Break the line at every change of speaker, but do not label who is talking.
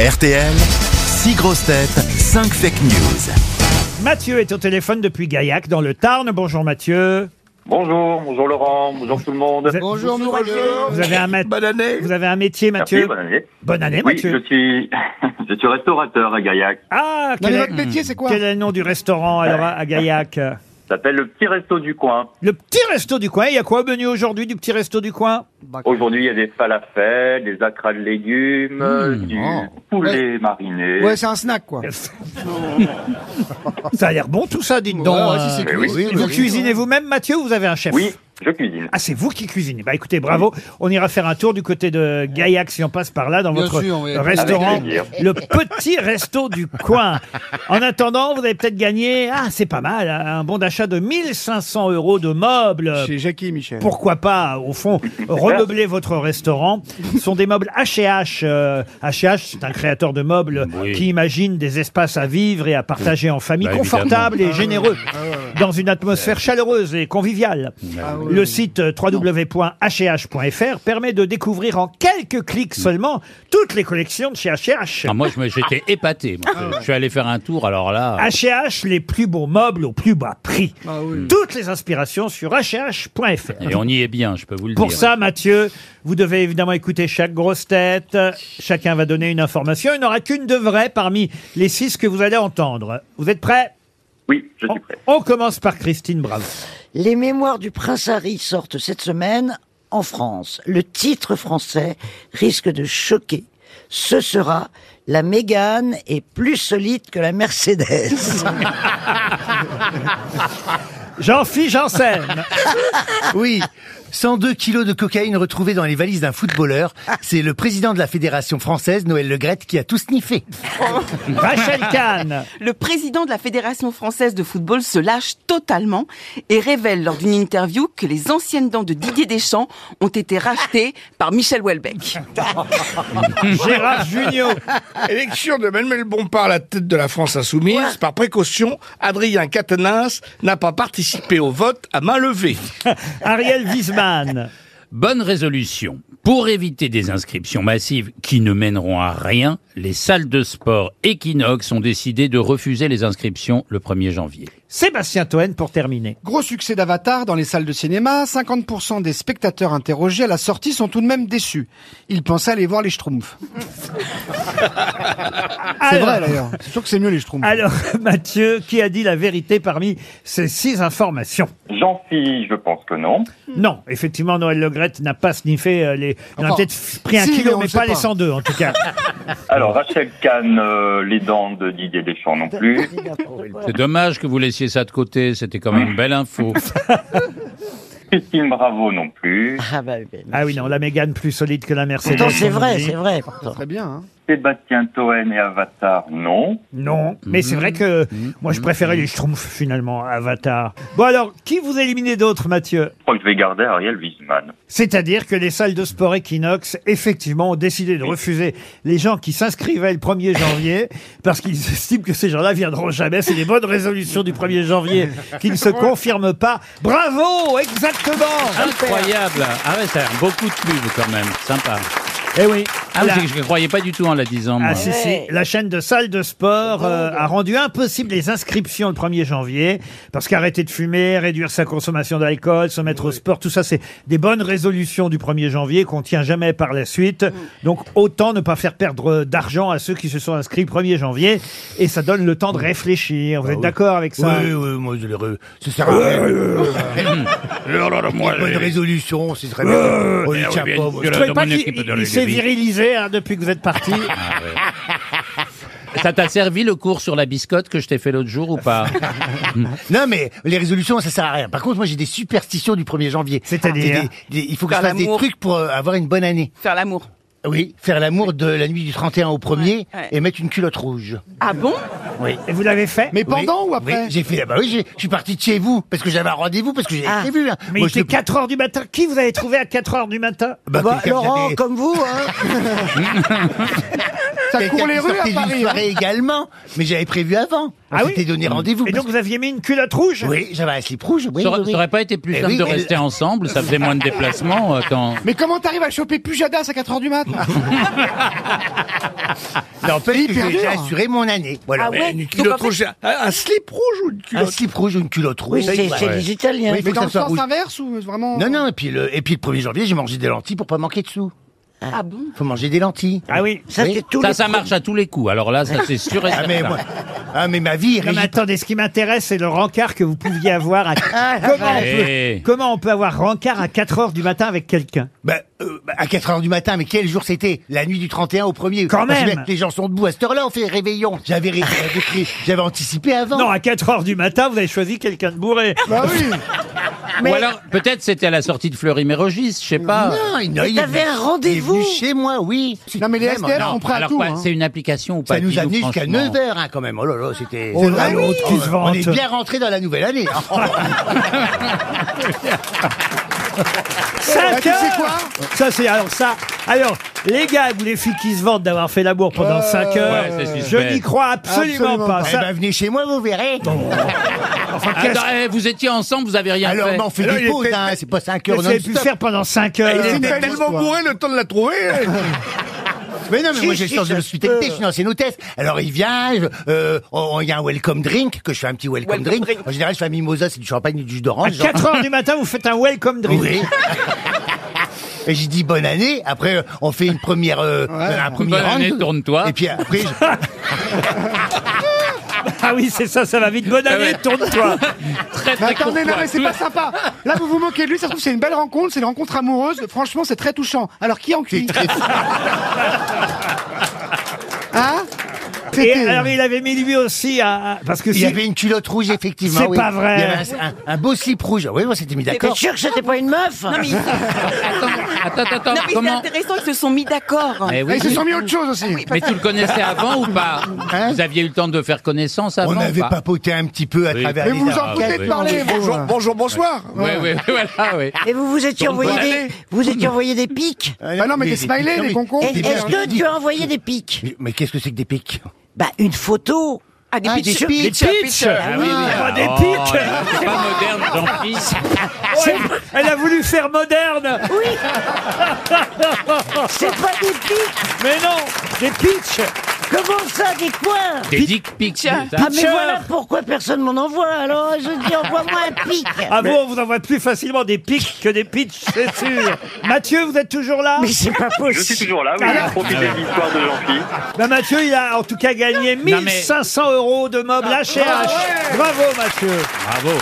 RTL, 6 grosses têtes, 5 fake news.
Mathieu est au téléphone depuis Gaillac, dans le Tarn. Bonjour Mathieu.
Bonjour, bonjour Laurent, bonjour tout le monde.
Vous êtes-
Bonjour, nous
Vous avez un, mat-
Bonne année.
vous avez un métier,
Merci,
Mathieu
bonne année.
Bonne année,
Oui,
Mathieu.
je suis, je suis restaurateur à Gaillac.
Ah,
Non,
quel
mais
est,
votre métier, c'est quoi
quel est le nom du restaurant alors à à Gaillac
Ça s'appelle le petit resto du coin.
Le petit resto du coin. Il y a quoi au menu aujourd'hui du petit resto du coin
Aujourd'hui, il y a des falafels, des acras de légumes,
Hmm,
du
oh.
poulet mariné.
Ouais, c'est un snack, quoi.
Ça a l'air bon tout ça, dites donc.
Ouais, ouais,
euh.
si, c'est
Mais oui.
cuisiné,
vous
oui.
cuisinez vous-même, Mathieu, ou vous avez un chef
Oui, je cuisine.
Ah, c'est vous qui cuisinez. Bah écoutez, bravo. On ira faire un tour du côté de Gaillac si on passe par là dans
Bien
votre
sûr, oui.
restaurant,
Avec plaisir.
le petit resto du coin. En attendant, vous avez peut-être gagné. Ah, c'est pas mal. hein, Un bon d'achat de 1500 euros de meubles.
Chez Jackie et Michel.
Pourquoi pas, au fond, remeubler votre restaurant Ce sont des meubles H&H. euh, H&H, c'est un créateur de meubles qui imagine des espaces à vivre et à partager en famille,
Bah,
confortables et généreux,
Ah
dans une atmosphère chaleureuse et conviviale. Le site euh, www.hh.fr permet de découvrir en quelques clics seulement toutes les collections de chez H&H.
Mm. Ah, moi, je me- j'étais épaté. moi.
Ah
Je- Je suis allé faire un tour, alors là.
H&H, les plus beaux meubles au plus bas prix.
Ah oui.
Toutes les inspirations sur hh.fr.
Et on y est bien, je peux vous le
Pour
dire.
ça, Mathieu, vous devez évidemment écouter chaque grosse tête. Chacun va donner une information. Il n'y en aura qu'une de vraie parmi les six que vous allez entendre. Vous êtes prêts
Oui, je
on,
suis prêt.
on commence par Christine Bravo.
Les mémoires du prince Harry sortent cette semaine en France. Le titre français risque de choquer. Ce sera La Mégane est plus solide que la Mercedes.
Jean-Philippe Janssen.
Ah, Oui. 102 kilos de cocaïne retrouvés dans les valises d'un footballeur.
Ah.
C'est le président de la fédération française, Noël Legrette, qui a tout sniffé.
Rachel Kahn.
Le président de la Fédération française de football se lâche totalement et révèle lors d'une interview que les anciennes dents de Didier Deschamps ont été rachetées par Michel Houellebecq.
Gérard Junior.
Élection de Manuel Bompard à la tête de la France insoumise. Par précaution, Adrien Quatennens n'a pas participé au vote à main levée.
Ariel Wiesman.
Bonne résolution. Pour éviter des inscriptions massives qui ne mèneront à rien, les salles de sport Equinox ont décidé de refuser les inscriptions le 1er janvier.
Sébastien Toen pour terminer.
Gros succès d'Avatar dans les salles de cinéma. 50% des spectateurs interrogés à la sortie sont tout de même déçus. Ils pensaient aller voir les Schtroumpfs. C'est
Alors-
vrai, d'ailleurs. C'est sûr que c'est mieux, les Schtroumpfs.
Alors, Mathieu, qui a dit la vérité parmi ces six informations
Jean-Philippe, je pense que non.
Non, effectivement, Noël Legrette n'a pas sniffé euh, les. Il en a
Hmm. Enfin,
peut-être pris un
si, mais
kilo,
on
mais
le sait
pas les
pas.
102 en tout cas. Oh.
Alors, Rachel Kahn, euh, les dents de Didier Deschamps non plus.
C'est dommage que vous laissiez ça de côté, c'était quand même une belle info.
Christine Bravo non plus.
ah bah, oui, mais-
Ah oui, non, la Mégane plus solide que la Mercedes.
Pourtant, c'est
on
vrai,
dit.
c'est vrai. pourtant.
Très bien, hein.
Sébastien Toen et Avatar non.
Non, mais
Mm-hmm.
c'est vrai que moi, je préférais les Schtroumpfs, finalement, à Avatar. Bon, alors, qui vous éliminez d'autres, Mathieu
Je crois que je vais garder Ariel Wiesman.
C'est-à-dire que les salles de sport Equinox, effectivement, ont décidé de refuser les gens qui s'inscrivaient le 1er janvier, parce qu'ils estiment que ces gens-là viendront jamais. C'est les bonnes résolutions du 1er janvier qui ne se confirment pas. Bravo Exactement
Incroyable Ah ouais, ça a beaucoup de pub quand même, sympa.
Eh oui
Ah,
La-
c'est que je ne croyais pas du tout en la disant, moi.
Ah si, si.
Ouais.
La chaîne de salles de sport euh, a rendu impossible les inscriptions le 1er janvier parce qu'arrêter de fumer, réduire sa consommation d'alcool, se mettre au sport, tout ça c'est des bonnes résolutions du 1er janvier qu'on tient jamais par la suite. Donc autant ne pas faire perdre euh, d'argent à ceux qui se sont inscrits le 1er janvier et ça donne le temps de réfléchir. Vous êtes d'accord avec ça
oui, moi, je l'ai re- Ça sert à rien.
Oh moi,
Bonne
j'ai-
résolution, c'est très bien. On y
Eh oui,
tient
bien
pas,
sûr.
moi.
Vous trouvez
Dans
pas
mon
qu'il-
équipe de
il- il s'est
rugby.
virilisé hein, depuis que vous êtes parti.
Ça t'a servi le cours sur la biscotte que je t'ai fait l'autre jour ou pas
Non, mais les résolutions, ça sert à rien. Par contre, moi, j'ai des superstitions du 1er janvier.
C'est-à-dire
Des- des- des- Il faut que je
Faire
fasse des
l'amour.
trucs pour euh, avoir une bonne année.
Faire l'amour.
Oui, faire l'amour de la nuit du 31 au 1er
Ouais, ouais.
et mettre une culotte rouge.
Ah bon
Et vous l'avez fait
Mais pendant
Oui,
ou après
oui, J'ai fait, ah bah oui, j'ai- je suis parti de chez vous parce que j'avais un rendez-vous parce que j'ai
Ah,
prévu. hein.
Mais
Moi,
il était
je-
4 heures du matin. Qui vous avez trouvé à 4 heures du matin
bah,
Bah,
quelqu'un qui
Laurent,
avait-
comme vous, hein.
Ça court les rues à
une
Paris. hein.
soirée également, mais j'avais prévu avant. On
Ah oui
s'était donné rendez-vous.
Et
parce
donc vous aviez mis une culotte rouge
que- Oui, j'avais un slip rouge. Oui,
Ça aurait-
oui, oui.
ça aurait pas été plus
Eh
simple
oui,
de
elle-
rester ensemble, ça faisait moins de déplacements euh, quand...
Mais comment t'arrives à choper Pujadas à 4h du matin
N'empêche que
Hyper
j'ai
dur.
assuré mon année. Voilà.
Ah ouais
Une
Donc, en
culotte
fait-
rouge, un, un slip rouge ou une
Un
culotte
slip rouge ou une culotte rouge.
Oui, c'est
Ouais.
c'est les Italiens.
Oui,
Mais
faut
dans
que
le
ça soit
sens
rouge.
inverse ou vraiment
Non, non, et puis le, et puis le 1er janvier, j'ai mangé des lentilles pour pas manquer de sous.
Ah bon
Faut manger des lentilles.
Ah oui.
Ça,
Oui.
c'est tous
Ça,
les
ça marche à tous les coups. Alors là, ça c'est sûr et
Ah, mais
certain.
moi- ah, mais ma vie est
Non, mais
régie
attendez, ce qui m'intéresse, c'est le rencard que vous pouviez avoir à...
Ah,
comment, on peut...
Eh.
comment on peut avoir rencard à 4 heures du matin avec quelqu'un
Bah, euh, bah, à 4 heures du matin, mais quel jour c'était La nuit du 31 au 1er.
Quand
Parce que
même.
bien que Les gens sont debout à cette heure-là, on fait réveillon. J'avais ré- j'avais créé- j'avais anticipé avant.
Non, à 4 heures du matin, vous avez choisi quelqu'un de bourré.
Bah oui
Ou alors, peut-être c'était à la sortie de Fleury-Mérogis, je sais pas.
Ah.
non, il, non,
Mais
il est
t'avais un
venu- il est
rendez-vous.
venu chez moi, oui.
Non, mais les
Même,
SDF
non,
sont prêts à
Alors
tout.
bah,
quoi,
hein.
c'est une application ou pas
Ça nous a
dis-nous
venu jusqu'à
franchement.
9 heures, hein, quand même. Oh là là, c'était.
Oh là, l'autre qui se
on est
vante.
bien rentré dans la nouvelle année. Eh
5
Bah, tu sais quoi
Ça, c'est... Alors ça... Alors, les gars ou les filles qui se vantent d'avoir fait l'amour pendant 5 heures,
ouais, c'est
je
suspect.
n'y crois absolument,
Euh, Absolument
pas.
pas.
Eh
Ça-
ben, venez chez moi, vous verrez.
enfin,
Ah,
qu'est-ce-
non, eh, vous étiez ensemble, vous avez rien
Alors,
fait.
mais on fait
Alors,
des
il
pauses,
était-
hein. C'est pas 5
qu'est-ce
heures
que vous avez pu
non-stop.
faire pendant
Ah,
5
Euh,
Il
heures
une
était
belle
tellement
histoire.
bourré le temps de la trouver.
hein. Mais non, mais
Si,
moi j'ai
si,
le sens
ça
de
se peut.
l'hospitalité, je suis une ancienne hôtesse. Alors il vient, je- euh, on- il y a un welcome drink, que je fais un petit welcome,
Welcome
drink.
drink.
En général, je fais un mimosa, c'est du champagne et du jus
À
d'orange. genre.
4 heures du matin, vous faites un welcome drink.
Oui. Et j'ai dit bonne année. Après, euh, on fait une première, euh, un premier
Bonne année,
round.
tourne-toi.
Et puis après, je-
Ah oui, c'est ça, ça va vite.
Ah
Bonne année, tourne-toi.
Très,
Mais Bah,
très
attendez, non,
courtois.
mais c'est pas sympa. Là, vous vous moquez de lui, ça se trouve, c'est une belle rencontre, c'est une rencontre amoureuse. Franchement, c'est très touchant. Alors, qui en qui Hein
Et
C'était-
alors, il avait mis lui aussi à... à- Parce que
il
si-
y avait une culotte rouge, effectivement.
C'est
oui.
pas vrai.
Il y avait un, un- un beau slip rouge. Oui, on s'était mis
T'es
d'accord.
sûr que c'était pas une meuf
Non mais, ils-
Attends, attends,
non, mais c'est
comment
intéressant, ils se sont mis d'accord.
Eh
Et
oui.
Ils se sont mis autre chose aussi.
Mais tu le connaissais avant ou pas
Hein
Vous aviez eu le temps de faire connaissance avant
On
ou
avait
pas
papoté un petit peu à
Oui.
travers
Mais
les
vous vous en
arcanes.
foutez de
oui.
parler, vous.
bonjour, bonjour, bonsoir.
Oui, oui, voilà, oui.
Et vous vous étiez envoyé des, vous étiez envoyé des pics.
Bah non, mais
Des-
des smileys,
non,
des
mais-
concours.
Et-
des-
Est-ce que
des-
tu as envoyé des pics
Mais- Mais qu'est-ce que c'est que des pics
Bah une photo.
Ah, des
Ah,
pitchs-
des pitchs.
pitchs, pitchs.
Ah oui, oui.
Pas des
Oh,
pics.
c'est pas moderne, Jean-Fils.
C'est- Elle a voulu faire moderne
Oui. c'est pas des pics.
Mais non Des pitchs
Comment ça, des coins
Des dick pics.
Tiens.
ça.
Ah mais
Pitcher.
voilà pourquoi personne m'en envoie. Alors je dis envoie-moi un pic.
Ah bon, on vous envoie plus facilement des pics que des pitchs, c'est sûr Mathieu, vous êtes toujours là
Mais c'est pas
Je suis
possible.
toujours là, oui, j'ai profité de l'histoire de Jean-Philippe.
Bah, Mathieu, il a en tout cas gagné
mais-
1500 euros de meubles HH Bravo Mathieu
Bravo.